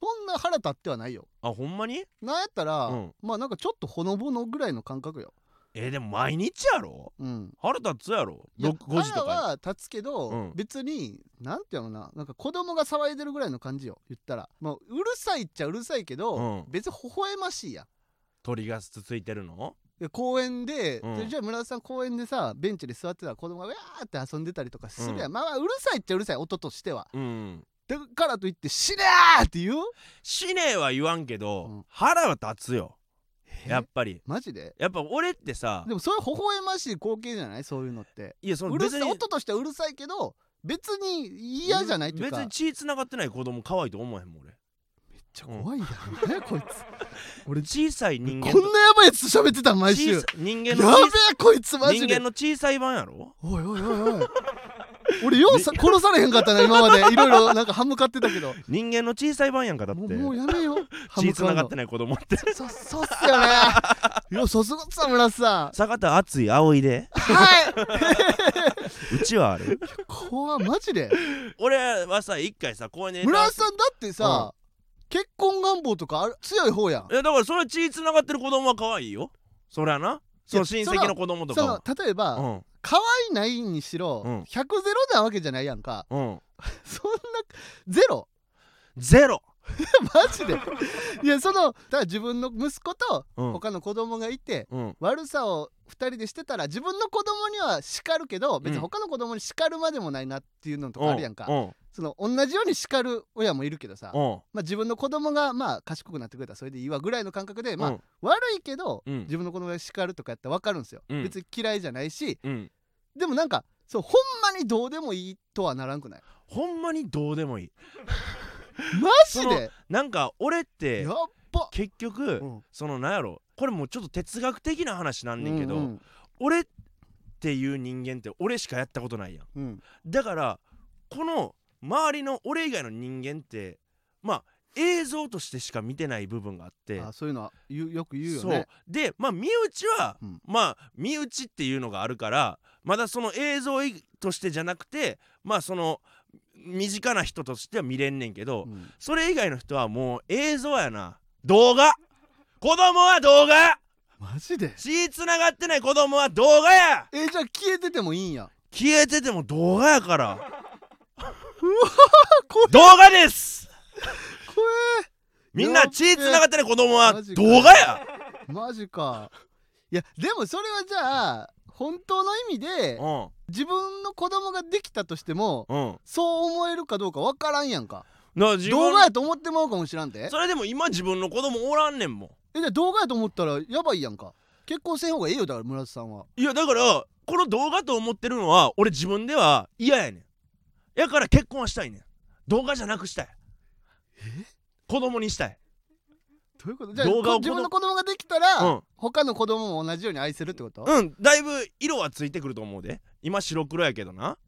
Speaker 1: そんな腹立ってはないよ
Speaker 2: あほんまに
Speaker 1: なんやったら、
Speaker 2: うん
Speaker 1: まあなんかちょっとほのぼのぐらいの感覚よ
Speaker 2: えでも毎日やろ
Speaker 1: うん
Speaker 2: 腹立つやろ
Speaker 1: いや
Speaker 2: 6 5時と
Speaker 1: 腹
Speaker 2: か
Speaker 1: は立つけど、
Speaker 2: うん
Speaker 1: 別になんていうのかななんか子供が騒いでるぐらいの感じよ言ったらもううるさいっちゃうるさいけど、
Speaker 2: うん
Speaker 1: 別に微笑ましいやん
Speaker 2: 鳥がつついてるの
Speaker 1: で公園で、
Speaker 2: うん
Speaker 1: でじゃあ村田さん公園でさベンチで座ってたら子供がうわーって遊んでたりとかするやん、
Speaker 2: う
Speaker 1: まあまあうるさいっちゃうるさい音としては
Speaker 2: うん
Speaker 1: だからといって「死ねー!」って言う
Speaker 2: 死ねえは言わんけど、
Speaker 1: うん
Speaker 2: 腹は立つよやっ
Speaker 1: え
Speaker 2: ぱり
Speaker 1: マジで
Speaker 2: やっぱ俺ってさ
Speaker 1: でもそれ微笑ましい光景じゃないそういうのって
Speaker 2: いやその
Speaker 1: うる
Speaker 2: 別
Speaker 1: さい
Speaker 2: に
Speaker 1: 音としてはうるさいけど別に嫌じゃないっていうか
Speaker 2: 別
Speaker 1: め
Speaker 2: に血つながってない子供可愛いと思わへんもん俺
Speaker 1: っちゃ怖いやん、何や
Speaker 2: [laughs]
Speaker 1: こいつ俺
Speaker 2: 小さい人間
Speaker 1: こんなやばいやつと喋ってたん毎週
Speaker 2: 小
Speaker 1: や
Speaker 2: さ人間
Speaker 1: べえ
Speaker 2: の小さ
Speaker 1: こいつマ
Speaker 2: 人
Speaker 1: ジ
Speaker 2: 間
Speaker 1: で
Speaker 2: の小さい版やろ
Speaker 1: おいおいおいおい俺ようさ殺されへんかったな今
Speaker 2: [laughs]
Speaker 1: までいろいろなんか歯向かってたけど
Speaker 2: 人間の小さい版やんかだっ
Speaker 1: もう
Speaker 2: て
Speaker 1: もうやめよう歯
Speaker 2: [laughs] 血
Speaker 1: 向
Speaker 2: つな
Speaker 1: か
Speaker 2: が
Speaker 1: う
Speaker 2: ってない子供って
Speaker 1: のそそうっすよねいやさすがっすわ村瀬さ
Speaker 2: 坂田熱い葵で
Speaker 1: んは
Speaker 2: うちはある
Speaker 1: い怖っマジで
Speaker 2: [laughs] 俺はさ一回さ公園でネタ合
Speaker 1: 村
Speaker 2: わ
Speaker 1: 瀬
Speaker 2: せ
Speaker 1: さんだってさ、結婚願望とかある強い方やん
Speaker 2: いやだからそれ血つながってる子供は可愛いよそりゃなその親
Speaker 1: そ
Speaker 2: 戚
Speaker 1: ら
Speaker 2: の子供と
Speaker 1: そ
Speaker 2: か
Speaker 1: の例えば、
Speaker 2: は
Speaker 1: 可愛いないにしろ、
Speaker 2: うん
Speaker 1: 100ゼロなわけじゃないやんか
Speaker 2: うんうん
Speaker 1: そんなゼロ [laughs]
Speaker 2: ゼロ
Speaker 1: マジでいやそのただ自分の息子と
Speaker 2: うん
Speaker 1: 他の子供がいて、
Speaker 2: うん
Speaker 1: 悪さを2人でしてたら自分の子供には叱るけど別に他の子供に叱るまでもないなっていうのとかあるやんか、
Speaker 2: うん
Speaker 1: その同じように叱る親もいるけどさ、
Speaker 2: うん
Speaker 1: まあ、自分の子供がまあ賢くなってくれたらそれでいいわぐらいの感覚で、まあ
Speaker 2: うん
Speaker 1: 悪いけど、
Speaker 2: うん
Speaker 1: 自分の子供が叱るとかやったら分かるんですよ、
Speaker 2: うん
Speaker 1: 別に嫌いじゃないし
Speaker 2: うん
Speaker 1: でもなんかそうほんまにどうでもいいとはならんくない
Speaker 2: ほんまにどうでもいい
Speaker 1: マジ
Speaker 2: その
Speaker 1: で
Speaker 2: なんか俺っ
Speaker 1: や
Speaker 2: て
Speaker 1: っば
Speaker 2: 結局
Speaker 1: うん
Speaker 2: そのなんやろこれもうちょっと哲学的な話なんねんけど、
Speaker 1: うんうん
Speaker 2: 俺っていう人間って俺しかやったことないやん
Speaker 1: うん
Speaker 2: だからこの周りの俺以外の人間ってまあ映像としてしか見てない部分があって
Speaker 1: あそういうのは言うよく言うよね
Speaker 2: でまあ身内は、
Speaker 1: うん
Speaker 2: まあ身内っていうのがあるからまだその映像としてじゃなくてまあその身近な人としては見れんねんけど、
Speaker 1: うん
Speaker 2: それ以外の人はもう映像やな動画子供は動画
Speaker 1: マジで
Speaker 2: 血つながってない子供は動画や
Speaker 1: えじゃあ消えててもいいんや
Speaker 2: 消えてても動画やから
Speaker 1: 怖い
Speaker 2: 動画です
Speaker 1: 怖
Speaker 2: みんな
Speaker 1: やっべ
Speaker 2: 血つながってない子供は
Speaker 1: マジか
Speaker 2: 動画や
Speaker 1: えマジかいやでもそれはじゃあ本当の意味で
Speaker 2: うん
Speaker 1: 自分の子供ができたとしても
Speaker 2: うん
Speaker 1: そう思えるかどうかわからんやんか
Speaker 2: な自分
Speaker 1: 動画やと思ってまうかもしらんて
Speaker 2: それでも今自分の子供おらんねんもん
Speaker 1: えじゃあ動画やと思ったらやばいやんか結婚せん方がいいよだから村田さんはい
Speaker 2: やだからこの動画と思ってるのは俺自分では嫌やねんやから結婚はしたいねん動画じゃなくしたい子供にしたい
Speaker 1: どういうことじゃあ
Speaker 2: 動画を
Speaker 1: こ自分の子供ができたら、
Speaker 2: うん
Speaker 1: 他の子供も同じように愛せるってこと、
Speaker 2: うんだいぶ色はついてくると思うで今白黒やけど [laughs] な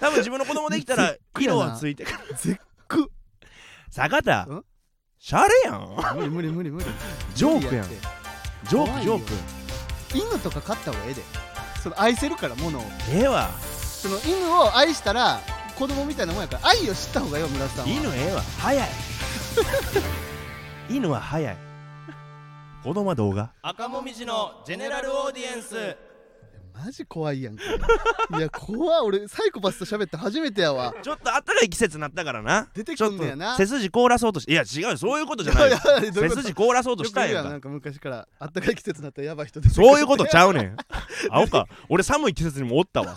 Speaker 2: 多分自分の子供できたら
Speaker 1: くりや
Speaker 2: 色
Speaker 1: な
Speaker 2: はついてくる
Speaker 1: 絶
Speaker 2: 句坂田
Speaker 1: ん
Speaker 2: シャレやん
Speaker 1: 無理無理無理無理
Speaker 2: ジョークやん
Speaker 1: 無理
Speaker 2: ジョー
Speaker 1: 怖
Speaker 2: ク
Speaker 1: い
Speaker 2: ジ
Speaker 1: よ
Speaker 2: ョーク
Speaker 1: て犬とか飼った方がええでその愛せるから物を
Speaker 2: ええわ
Speaker 1: その犬を愛したら子供みたいなもんやから愛を知った方がいいよ村田さんは
Speaker 2: 犬ええわ [laughs] 早い犬は早い子供は動画
Speaker 3: 赤もみじのジェネラルオーディエンス
Speaker 1: マジ怖いやんかいや怖い俺サイコパスと喋って初めてやわ
Speaker 2: ちょっと暖かい季節になったからな
Speaker 1: 出てくんねやな
Speaker 2: ちょっと背筋凍らそうとしていや違うよそういうことじゃないよ
Speaker 1: いやいやどうい
Speaker 2: 背
Speaker 1: うこと
Speaker 2: 筋凍らそうと
Speaker 1: よ
Speaker 2: し
Speaker 1: く
Speaker 2: た
Speaker 1: 言
Speaker 2: ん
Speaker 1: うや
Speaker 2: やん
Speaker 1: ん
Speaker 2: か
Speaker 1: なんか昔からあったかい季節になったらやばい人出てくる
Speaker 2: そういうこ
Speaker 1: [laughs]
Speaker 2: とちゃうねん青か俺寒い季節にもおったわ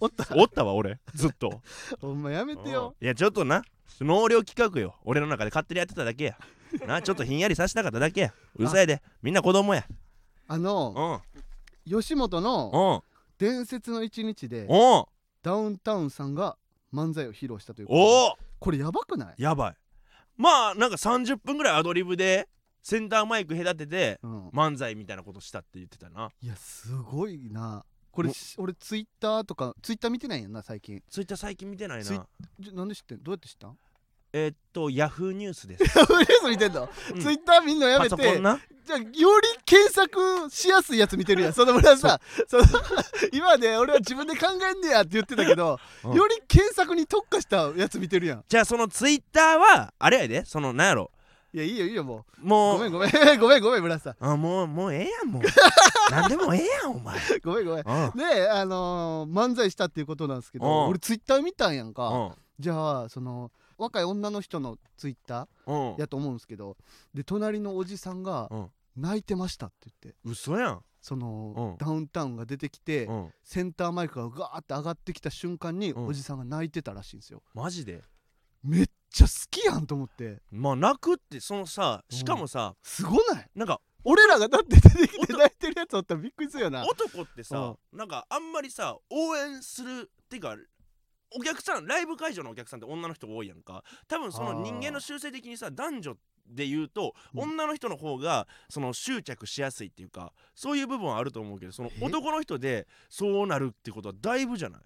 Speaker 1: おった
Speaker 2: おったわ俺ずっと
Speaker 1: ほんまやめてよ
Speaker 2: うんいやちょっとな納涼企画よ俺の中で勝手にやってただけやなちょっとひんやりさせたかっただけやうるさいでみんな子供や
Speaker 1: あ
Speaker 2: う
Speaker 1: の
Speaker 2: んうん
Speaker 1: 吉本の
Speaker 2: うん
Speaker 1: 伝説の一日で
Speaker 2: お
Speaker 1: ダウンタウンさんが漫才を披露したということで
Speaker 2: お
Speaker 1: これやばくない、
Speaker 2: やばいまあなんか30分ぐらいアドリブでセンターマイク隔てて
Speaker 1: うん、
Speaker 2: 漫才みたいなことしたって言ってたない
Speaker 1: やすごいなこれ
Speaker 2: お
Speaker 1: し俺ツイッターとかツイッター見てないんやんな最近
Speaker 2: ツイッター最近見てない
Speaker 1: ツイ
Speaker 2: な
Speaker 1: じゃなんで知ってんどうやって知った
Speaker 2: [laughs]
Speaker 1: ん
Speaker 2: えーっとヤフーニュースです
Speaker 1: ダブルニュース見てんの、
Speaker 2: うん
Speaker 1: ツイッター見んのや
Speaker 2: パ
Speaker 1: め
Speaker 2: ソ
Speaker 1: て
Speaker 2: コンな
Speaker 1: じゃあより検索しやすいやつ見てるやんその村さその今ね俺は自分で考えんねやって言ってたけど、
Speaker 2: うん
Speaker 1: より検索に特化したやつ見てるやん
Speaker 2: じゃあそのツイッターはあれやでそのなんやろ
Speaker 1: いやいいよいいよもうご
Speaker 2: も
Speaker 1: めん
Speaker 2: う
Speaker 1: ごめん [laughs] ごめんごめん村さん
Speaker 2: あもうもうええやん
Speaker 1: [laughs]
Speaker 2: もう何でもええやんお前
Speaker 1: ごめんごめん
Speaker 2: うん
Speaker 1: であのー漫才したっていうことなんですけ
Speaker 2: う
Speaker 1: ど
Speaker 2: ん
Speaker 1: 俺ツイッター見たんやんか
Speaker 2: う
Speaker 1: じゃあその若い女の人のツイッタ
Speaker 2: んうん
Speaker 1: ーやと思うんですけどで隣のおじさんが
Speaker 2: うん
Speaker 1: 「泣いてました」って言って
Speaker 2: 嘘やん
Speaker 1: その
Speaker 2: う
Speaker 1: ダウンタウンが出てきて
Speaker 2: うん
Speaker 1: センターマイクがガーって上がってきた瞬間に
Speaker 2: うん
Speaker 1: おじさんが泣いてたらしいんですよ
Speaker 2: マジで
Speaker 1: めっちゃ好きやんと思って
Speaker 2: まあ泣くってそのさしかもさ
Speaker 1: すごない
Speaker 2: なんか
Speaker 1: 俺らがだって出てきて泣いてるやつおったらびっくりするよな
Speaker 2: 男ってさなんかあんまりさ応援するっていうかお客さんライブ会場のお客さんって女の人多いやんか多分その人間の習性的にさ男女で言うと
Speaker 1: うん
Speaker 2: 女の人の方がその執着しやすいっていうかそういう部分はあると思うけどその
Speaker 1: え
Speaker 2: 男の人でそうなるってことはだいぶじゃない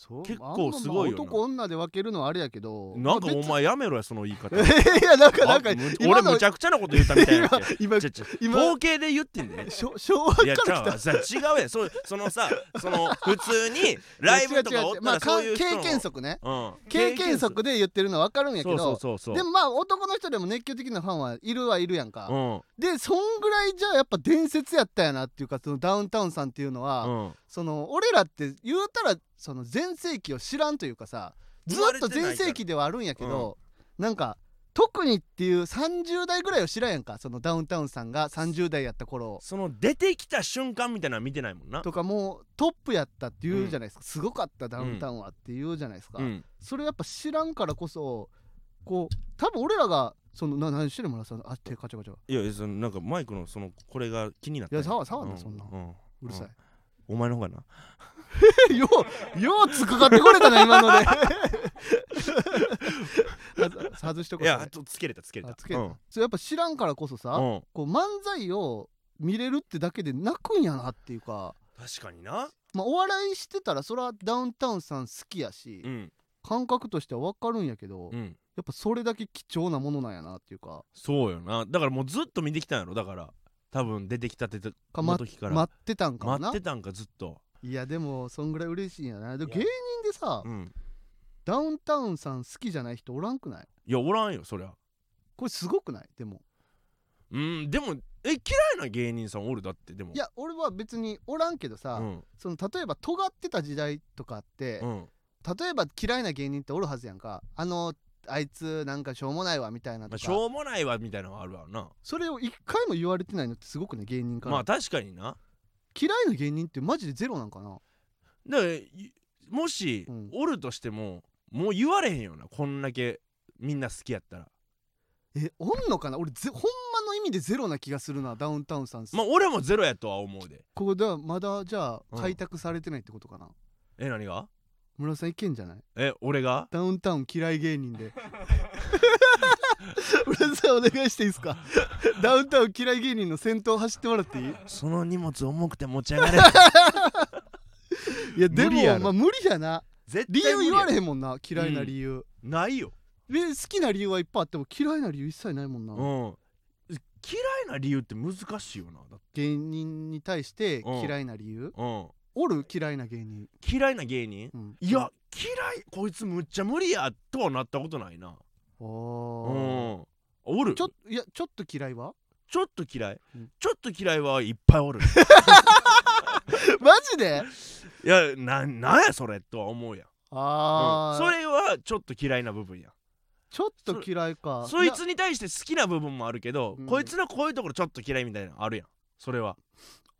Speaker 1: そう
Speaker 2: 結構
Speaker 1: あんままあ
Speaker 2: すごいよな
Speaker 1: 男女で分けるのはあれやけど
Speaker 2: なんか
Speaker 1: まあ別
Speaker 2: お
Speaker 1: に
Speaker 2: 前やめろやその言い
Speaker 1: [laughs]
Speaker 2: 方
Speaker 1: いやなんかなんか
Speaker 2: あむ
Speaker 1: 今
Speaker 2: 俺
Speaker 1: の
Speaker 2: むちゃくちゃなこと言ったみたいな
Speaker 1: 今
Speaker 2: ちょちょ
Speaker 1: 今
Speaker 2: 統計で言ってんね
Speaker 1: 昭昭和か
Speaker 2: いや
Speaker 1: ら
Speaker 2: ちゃ
Speaker 1: 来
Speaker 2: うわ
Speaker 1: た
Speaker 2: さ違うやんそうそのさその普通にライブとかおっ
Speaker 1: 違う違う違う
Speaker 2: た
Speaker 1: ま
Speaker 2: ら
Speaker 1: あ
Speaker 2: そういう人
Speaker 1: 経
Speaker 2: の
Speaker 1: 験則ね
Speaker 2: うん
Speaker 1: 経験則で言ってるのは分かるんやけ
Speaker 2: そう
Speaker 1: ど
Speaker 2: そうそうそう
Speaker 1: でもまあ男の人でも熱狂的なファンはいるはいるやんか、
Speaker 2: うん
Speaker 1: でそんぐらいじゃあやっぱ伝説やったやなっていうかそのダウンタウンさんっていうのは、
Speaker 2: うん
Speaker 1: その俺らって言うたらその全盛期を知らんというかさず
Speaker 2: 生ま
Speaker 1: っ
Speaker 2: れ
Speaker 1: と
Speaker 2: てないから
Speaker 1: 全盛期ではあるんやけど、なんか特にっていう30代ぐらいを知らんやんかそのダウンタウンさんが30代やった頃を
Speaker 2: その出てきた瞬間みたいなのは見てないもんな
Speaker 1: とかもうトップやったっていうじゃないですか、すごかったダウンタウンはっていうじゃないですか、
Speaker 2: うん
Speaker 1: それやっぱ知らんからこそこう多分俺らがそのな何してるもらさんあ手カチャカチャ
Speaker 2: いやいやそのなんかマイクのそのこれが気になった
Speaker 1: いや触触んな
Speaker 2: う
Speaker 1: そんな
Speaker 2: う
Speaker 1: うるさい、
Speaker 2: お前の方がな
Speaker 1: [laughs] ようようつっかかってこれたな今
Speaker 2: [laughs]
Speaker 1: のでは外しとこ
Speaker 2: いうやちょっとつけれたつけれ
Speaker 1: あ
Speaker 2: た
Speaker 1: つけるな、
Speaker 2: うん
Speaker 1: それやっぱ知らんからこそさ、
Speaker 2: うん
Speaker 1: こう漫才を見れるってだけで泣くんやなっていうか、
Speaker 2: 確かにな
Speaker 1: まあ、お笑いしてたらそれはダウンタウンさん好きやし、
Speaker 2: うん
Speaker 1: 感覚としては分かるんやけど、
Speaker 2: う
Speaker 1: や
Speaker 2: ん
Speaker 1: っぱそれだけ貴重なものなんやなっていうか
Speaker 2: そうよなだからもうずっと見てきたんやろだから多分出てきたてと
Speaker 1: か
Speaker 2: の時から
Speaker 1: 待ってたんかもな
Speaker 2: 待ってたんかずっと
Speaker 1: いやでもそんぐらい嬉しいんやなで
Speaker 2: いや
Speaker 1: 芸人でさ、
Speaker 2: うん
Speaker 1: ダウンタウンさん好きじゃない人おらんくない
Speaker 2: いやおらんよそりゃ
Speaker 1: これすごくないでも
Speaker 2: うんでもえ嫌いな芸人さんおるだってでも
Speaker 1: いや俺は別におらんけどさ、
Speaker 2: うん
Speaker 1: その例えば尖ってた時代とかあって、
Speaker 2: うん
Speaker 1: 例えば嫌いな芸人っておるはずやんかあのあいつなんかしょうもないわみたいな
Speaker 2: ま
Speaker 1: と
Speaker 2: あ、
Speaker 1: か、
Speaker 2: しょうもないわみたいなのはあるわな
Speaker 1: それを一回も言われてないのってすごくね芸人から、
Speaker 2: まあ確かにな
Speaker 1: 嫌いな芸人ってマジでゼロなんかな
Speaker 2: だからいもし、
Speaker 1: うん
Speaker 2: おるとしてももう言われへんよなこんだけみんな好きやったら
Speaker 1: えおんのかな俺ぜほんの意味でゼロな気がするなダウンタウンさん、
Speaker 2: まあ俺もゼロやとは思うで
Speaker 1: ここではまだじゃ
Speaker 2: う
Speaker 1: あ
Speaker 2: ん
Speaker 1: 開拓されてないってことかな、
Speaker 2: え何が
Speaker 1: 村田さんいけんじゃない
Speaker 2: え俺が
Speaker 1: ダウンタウン嫌い芸人 [laughs] で村田さんお願いしていい [laughs] ですかダウンタウン嫌い芸人の先頭走ってもらっていい
Speaker 2: その荷物重くて持ち上がれ
Speaker 1: いやで
Speaker 2: 無理や
Speaker 1: も
Speaker 2: ろ
Speaker 1: まあ無理やな
Speaker 2: [laughs] 絶
Speaker 1: 理
Speaker 2: 対
Speaker 1: 由
Speaker 2: 無理
Speaker 1: 言
Speaker 2: や
Speaker 1: われへんもんな嫌いな理由、
Speaker 2: ないよ
Speaker 1: で好きな理由はいっぱいあっても嫌いな理由一切ないもんな、
Speaker 2: うん嫌いな理由って難しいよなだって
Speaker 1: 芸人に対して
Speaker 2: うん
Speaker 1: 嫌いな理由、
Speaker 2: うん
Speaker 1: おる嫌いな芸人、
Speaker 2: 嫌いな芸人
Speaker 1: うん
Speaker 2: いや嫌いこいつむっちゃ無理やとはなったことないな
Speaker 1: あ
Speaker 2: う
Speaker 1: ー
Speaker 2: んおる
Speaker 1: ちょっといやちょっと嫌いは
Speaker 2: ちょっと嫌い、
Speaker 1: うん
Speaker 2: ちょっと嫌いはいっぱいおる
Speaker 1: [laughs] マジで
Speaker 2: いやななんやそれとは思うやん、
Speaker 1: あ
Speaker 2: うん
Speaker 1: あ、
Speaker 2: それはちょっと嫌いな部分や
Speaker 1: ちょっと嫌いか
Speaker 2: そい
Speaker 1: や
Speaker 2: つに対して好きな部分もあるけど、
Speaker 1: うん
Speaker 2: こいつのこういうところちょっと嫌いみたいなのあるやんそれは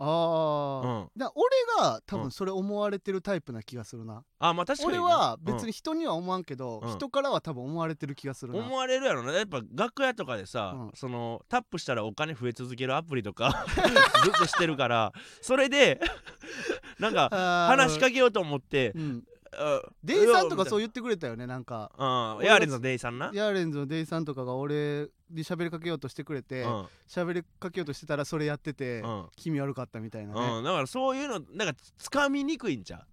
Speaker 1: あ
Speaker 2: う
Speaker 1: あ、
Speaker 2: ん
Speaker 1: だ俺が多
Speaker 2: うん
Speaker 1: 分それ思われてるタイプな気がするな、
Speaker 2: あまあ確かに
Speaker 1: 俺
Speaker 2: な
Speaker 1: は別
Speaker 2: うん
Speaker 1: に人には思わんけど、
Speaker 2: うん
Speaker 1: 人からは多分思われてる気がするな、
Speaker 2: 思われるやろなやっぱ楽屋とかでさ、
Speaker 1: うん
Speaker 2: そのタップしたらお金増え続けるアプリとかずっとしてるからそれで [laughs] なんか
Speaker 1: あー
Speaker 2: 話しかけようと思って
Speaker 1: うん
Speaker 2: 「
Speaker 1: デイさんとかそう
Speaker 2: いう
Speaker 1: 言ってくれたよねなんか
Speaker 2: や」うん
Speaker 1: 俺が
Speaker 2: ヤーレンズのデイさんな
Speaker 1: ヤーレンズのデイさんとかが俺に喋りかけようとしてくれて
Speaker 2: うん
Speaker 1: 喋、りかけようとしてたらそれやってて、
Speaker 2: うん
Speaker 1: 気味悪かったみたいなね、
Speaker 2: うん、だからそういうのなんかつかみにくいんちゃ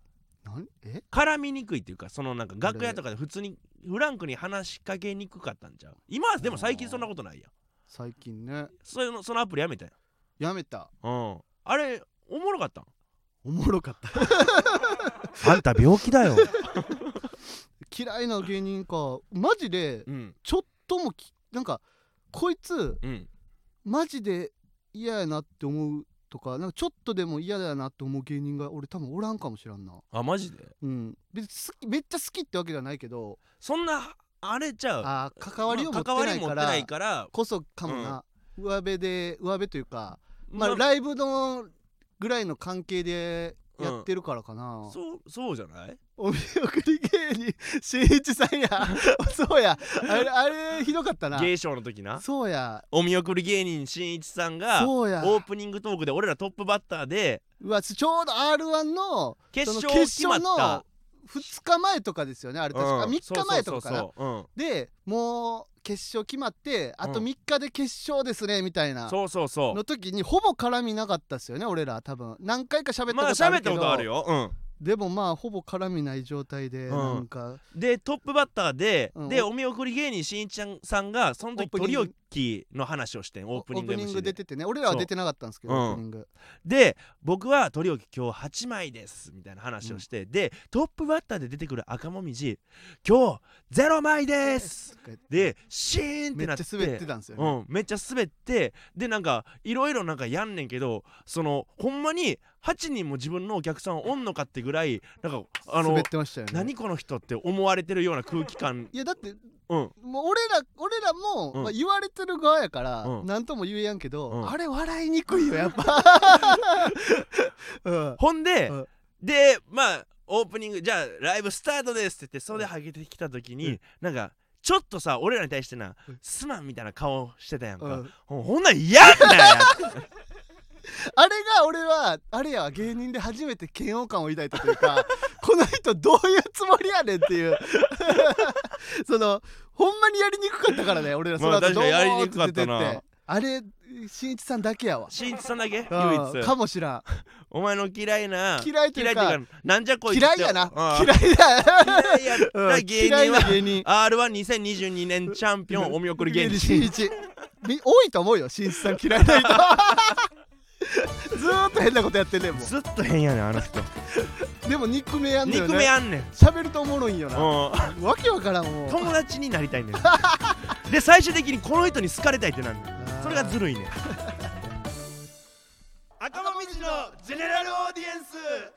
Speaker 2: う
Speaker 1: なんえ
Speaker 2: 絡みにくいっていうかそのなんか楽屋とかで普通にフランクに話しかけにくかったんちゃう今はでも最近そんなことないやん
Speaker 1: 最近ね
Speaker 2: それのそのアプリやめたや
Speaker 1: やめた
Speaker 2: ん、うん、あれおもろかったん
Speaker 1: おもろかった
Speaker 2: あんた病気だよ、
Speaker 1: 嫌いな芸人かマジで
Speaker 2: [laughs] うん
Speaker 1: ちょっともきなんかこいつ
Speaker 2: うん、
Speaker 1: マジで嫌やなって思うとかなんかちょっとでも嫌だなって思う芸人が俺多分おらんかもしらんな
Speaker 2: あマジで
Speaker 1: うん別に好きめっちゃ好きってわけじゃないけど
Speaker 2: そんなあれちゃう
Speaker 1: あー関わりを持って
Speaker 2: まあ
Speaker 1: ない
Speaker 2: 関わり持っ
Speaker 1: か
Speaker 2: て
Speaker 1: ら
Speaker 2: ないから
Speaker 1: こそかもな、上辺で上辺というかま
Speaker 2: ま
Speaker 1: あ、
Speaker 2: あ
Speaker 1: ライブのぐらいの関係でやってるからかな、
Speaker 2: そうそうじゃない
Speaker 1: お見送り芸人しんいちさんや [laughs] そうやあれあれひどかったな
Speaker 2: 芸賞の時な
Speaker 1: そうや
Speaker 2: お見送り芸人しんいちさんがオ
Speaker 1: そうや
Speaker 2: ープニングトークで俺らトップバッターで
Speaker 1: うわちょうど r 1の
Speaker 2: 決
Speaker 1: その
Speaker 2: 勝決まっ
Speaker 1: 決勝
Speaker 2: た
Speaker 1: の2日前とかですよねあれ確か、
Speaker 2: うん
Speaker 1: 3日前とかかな
Speaker 2: そうそうそうそううん
Speaker 1: でもう決勝決まってあと
Speaker 2: うん
Speaker 1: 3日で決勝ですねみたいな
Speaker 2: そうそうそ
Speaker 1: の時にほぼ絡みなかったっすよね俺ら多分何回か喋っ
Speaker 2: う
Speaker 1: た
Speaker 2: まあ
Speaker 1: ことあ
Speaker 2: 喋
Speaker 1: る
Speaker 2: っ
Speaker 1: け
Speaker 2: た
Speaker 1: ど,、
Speaker 2: ことあるよ、うん、
Speaker 1: でもまあほぼ絡みない状態で
Speaker 2: うん
Speaker 1: なんか、
Speaker 2: でトップバッターで、
Speaker 1: うん
Speaker 2: でお見送り芸人しんいちさんがその時
Speaker 1: オープ
Speaker 2: 取
Speaker 1: ニ
Speaker 2: り
Speaker 1: ング
Speaker 2: 置きの話をしてんオープニング MC
Speaker 1: 出
Speaker 2: で
Speaker 1: ててね俺らは出てなかったんですけど
Speaker 2: そ
Speaker 1: オ
Speaker 2: う
Speaker 1: ープニング、
Speaker 2: で僕は取り置き今日8枚ですみたいな話をして、でトップバッターで出てくる赤もみじ今日0枚ですでシーンって
Speaker 1: めっ
Speaker 2: なって
Speaker 1: ちゃ滑ってたんですよね、
Speaker 2: うん、めっちゃ滑ってでなんかいろいろなんかやんねんけどそのほんまに8人も自分のお客さんおんのかってぐらいなんかあの、
Speaker 1: 滑ってましたよね
Speaker 2: 何この人って思われてるような空気感
Speaker 1: いやだって
Speaker 2: うん
Speaker 1: もう俺ら俺らも、
Speaker 2: うん
Speaker 1: まあ、言われてる側やから、
Speaker 2: うん
Speaker 1: なんとも言えやんけど、
Speaker 2: うん
Speaker 1: あれ笑いにくいよやっ
Speaker 2: [laughs]
Speaker 1: ぱ、うん、
Speaker 2: ほんで、
Speaker 1: うん
Speaker 2: でまあオープニングじゃあライブスタートですって言って袖上げてきた時に、
Speaker 1: う
Speaker 2: なんかちょっとさ俺らに対してな、
Speaker 1: うん
Speaker 2: すまんみたいな顔してたやんか、
Speaker 1: うん
Speaker 2: ほほんなん嫌だ
Speaker 1: [laughs]
Speaker 2: よ
Speaker 1: あれが俺はあれやわ芸人で初めて嫌悪感を抱いたというか [laughs] この人どういうつもりやねんっていう [laughs] そのほんまにやりにくかったからね俺らその
Speaker 2: まあ
Speaker 1: 後
Speaker 2: 確
Speaker 1: どう
Speaker 2: かに
Speaker 1: も
Speaker 2: やりにくかった
Speaker 1: ー
Speaker 2: な
Speaker 1: て出てってあれしんいちさんだけやわ
Speaker 2: しんいちさんだけ唯
Speaker 1: うんか
Speaker 2: 一
Speaker 1: もしらん
Speaker 2: お前の嫌いな
Speaker 1: 嫌いというか
Speaker 2: 嫌いなんじゃこいつ
Speaker 1: 嫌いやな
Speaker 2: う
Speaker 1: 嫌
Speaker 2: ん
Speaker 1: い
Speaker 2: [laughs]
Speaker 1: だ
Speaker 2: 嫌いやった
Speaker 1: うん
Speaker 2: 芸
Speaker 1: 嫌い
Speaker 2: 人
Speaker 1: な
Speaker 2: は
Speaker 1: 芸人
Speaker 2: r 1 2 0 2 2年チャンピオンお見送り芸人
Speaker 1: しんいちみ多いと思うよしんいちさん嫌いな
Speaker 2: [laughs]
Speaker 1: 人ずーっと変なことやってんねんも
Speaker 2: ずっと変やねんあの人
Speaker 1: うでも憎めやんだよ
Speaker 2: 憎め
Speaker 1: ね
Speaker 2: あんねん、
Speaker 1: 喋るとおもろいんよ
Speaker 2: うん、
Speaker 1: なわけわからんもう
Speaker 2: 友達になりたいねん [laughs] で最終的にこの人に好かれたいってなんねんそれがずる
Speaker 1: [laughs]
Speaker 2: いねん
Speaker 3: 赤間みじのジェネラルオーディエンス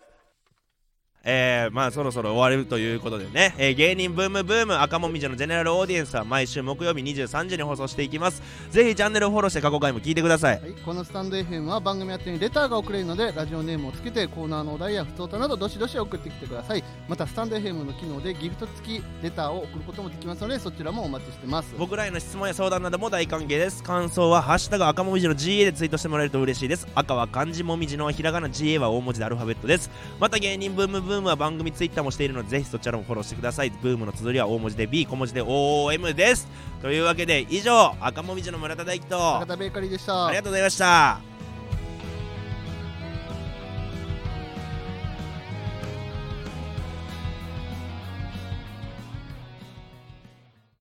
Speaker 2: えーまあそろそろ終わるということでね、えー芸人ブームブーム赤もみじのジェネラルオーディエンスは毎週木曜日23時に放送していきますぜひチャンネルをフォローして過去回も聞いてください
Speaker 1: はい、このスタンド FM は番組宛てにレターが送れるのでラジオネームをつけてコーナーのお題や不登歌などどしどし送ってきてくださいまたスタンド FM の機能でギフト付きレターを送ることもできますのでそちらもお待ちしてます
Speaker 2: 僕らへの質問や相談なども大歓迎です感想は「ハッシュタグ赤もみじの GA」でツイートしてもらえると嬉しいです赤は漢字もみじのひらがな GA は大文字でアルファベットですまた芸人ブームブームは番組ツイッターもしているのでぜひそちらもフォローしてくださいブームの綴りは大文字で B 小文字で OOM ですというわけで以上赤もみじの村田大樹と
Speaker 1: 博多ベーカリーでした
Speaker 2: ありがとうございました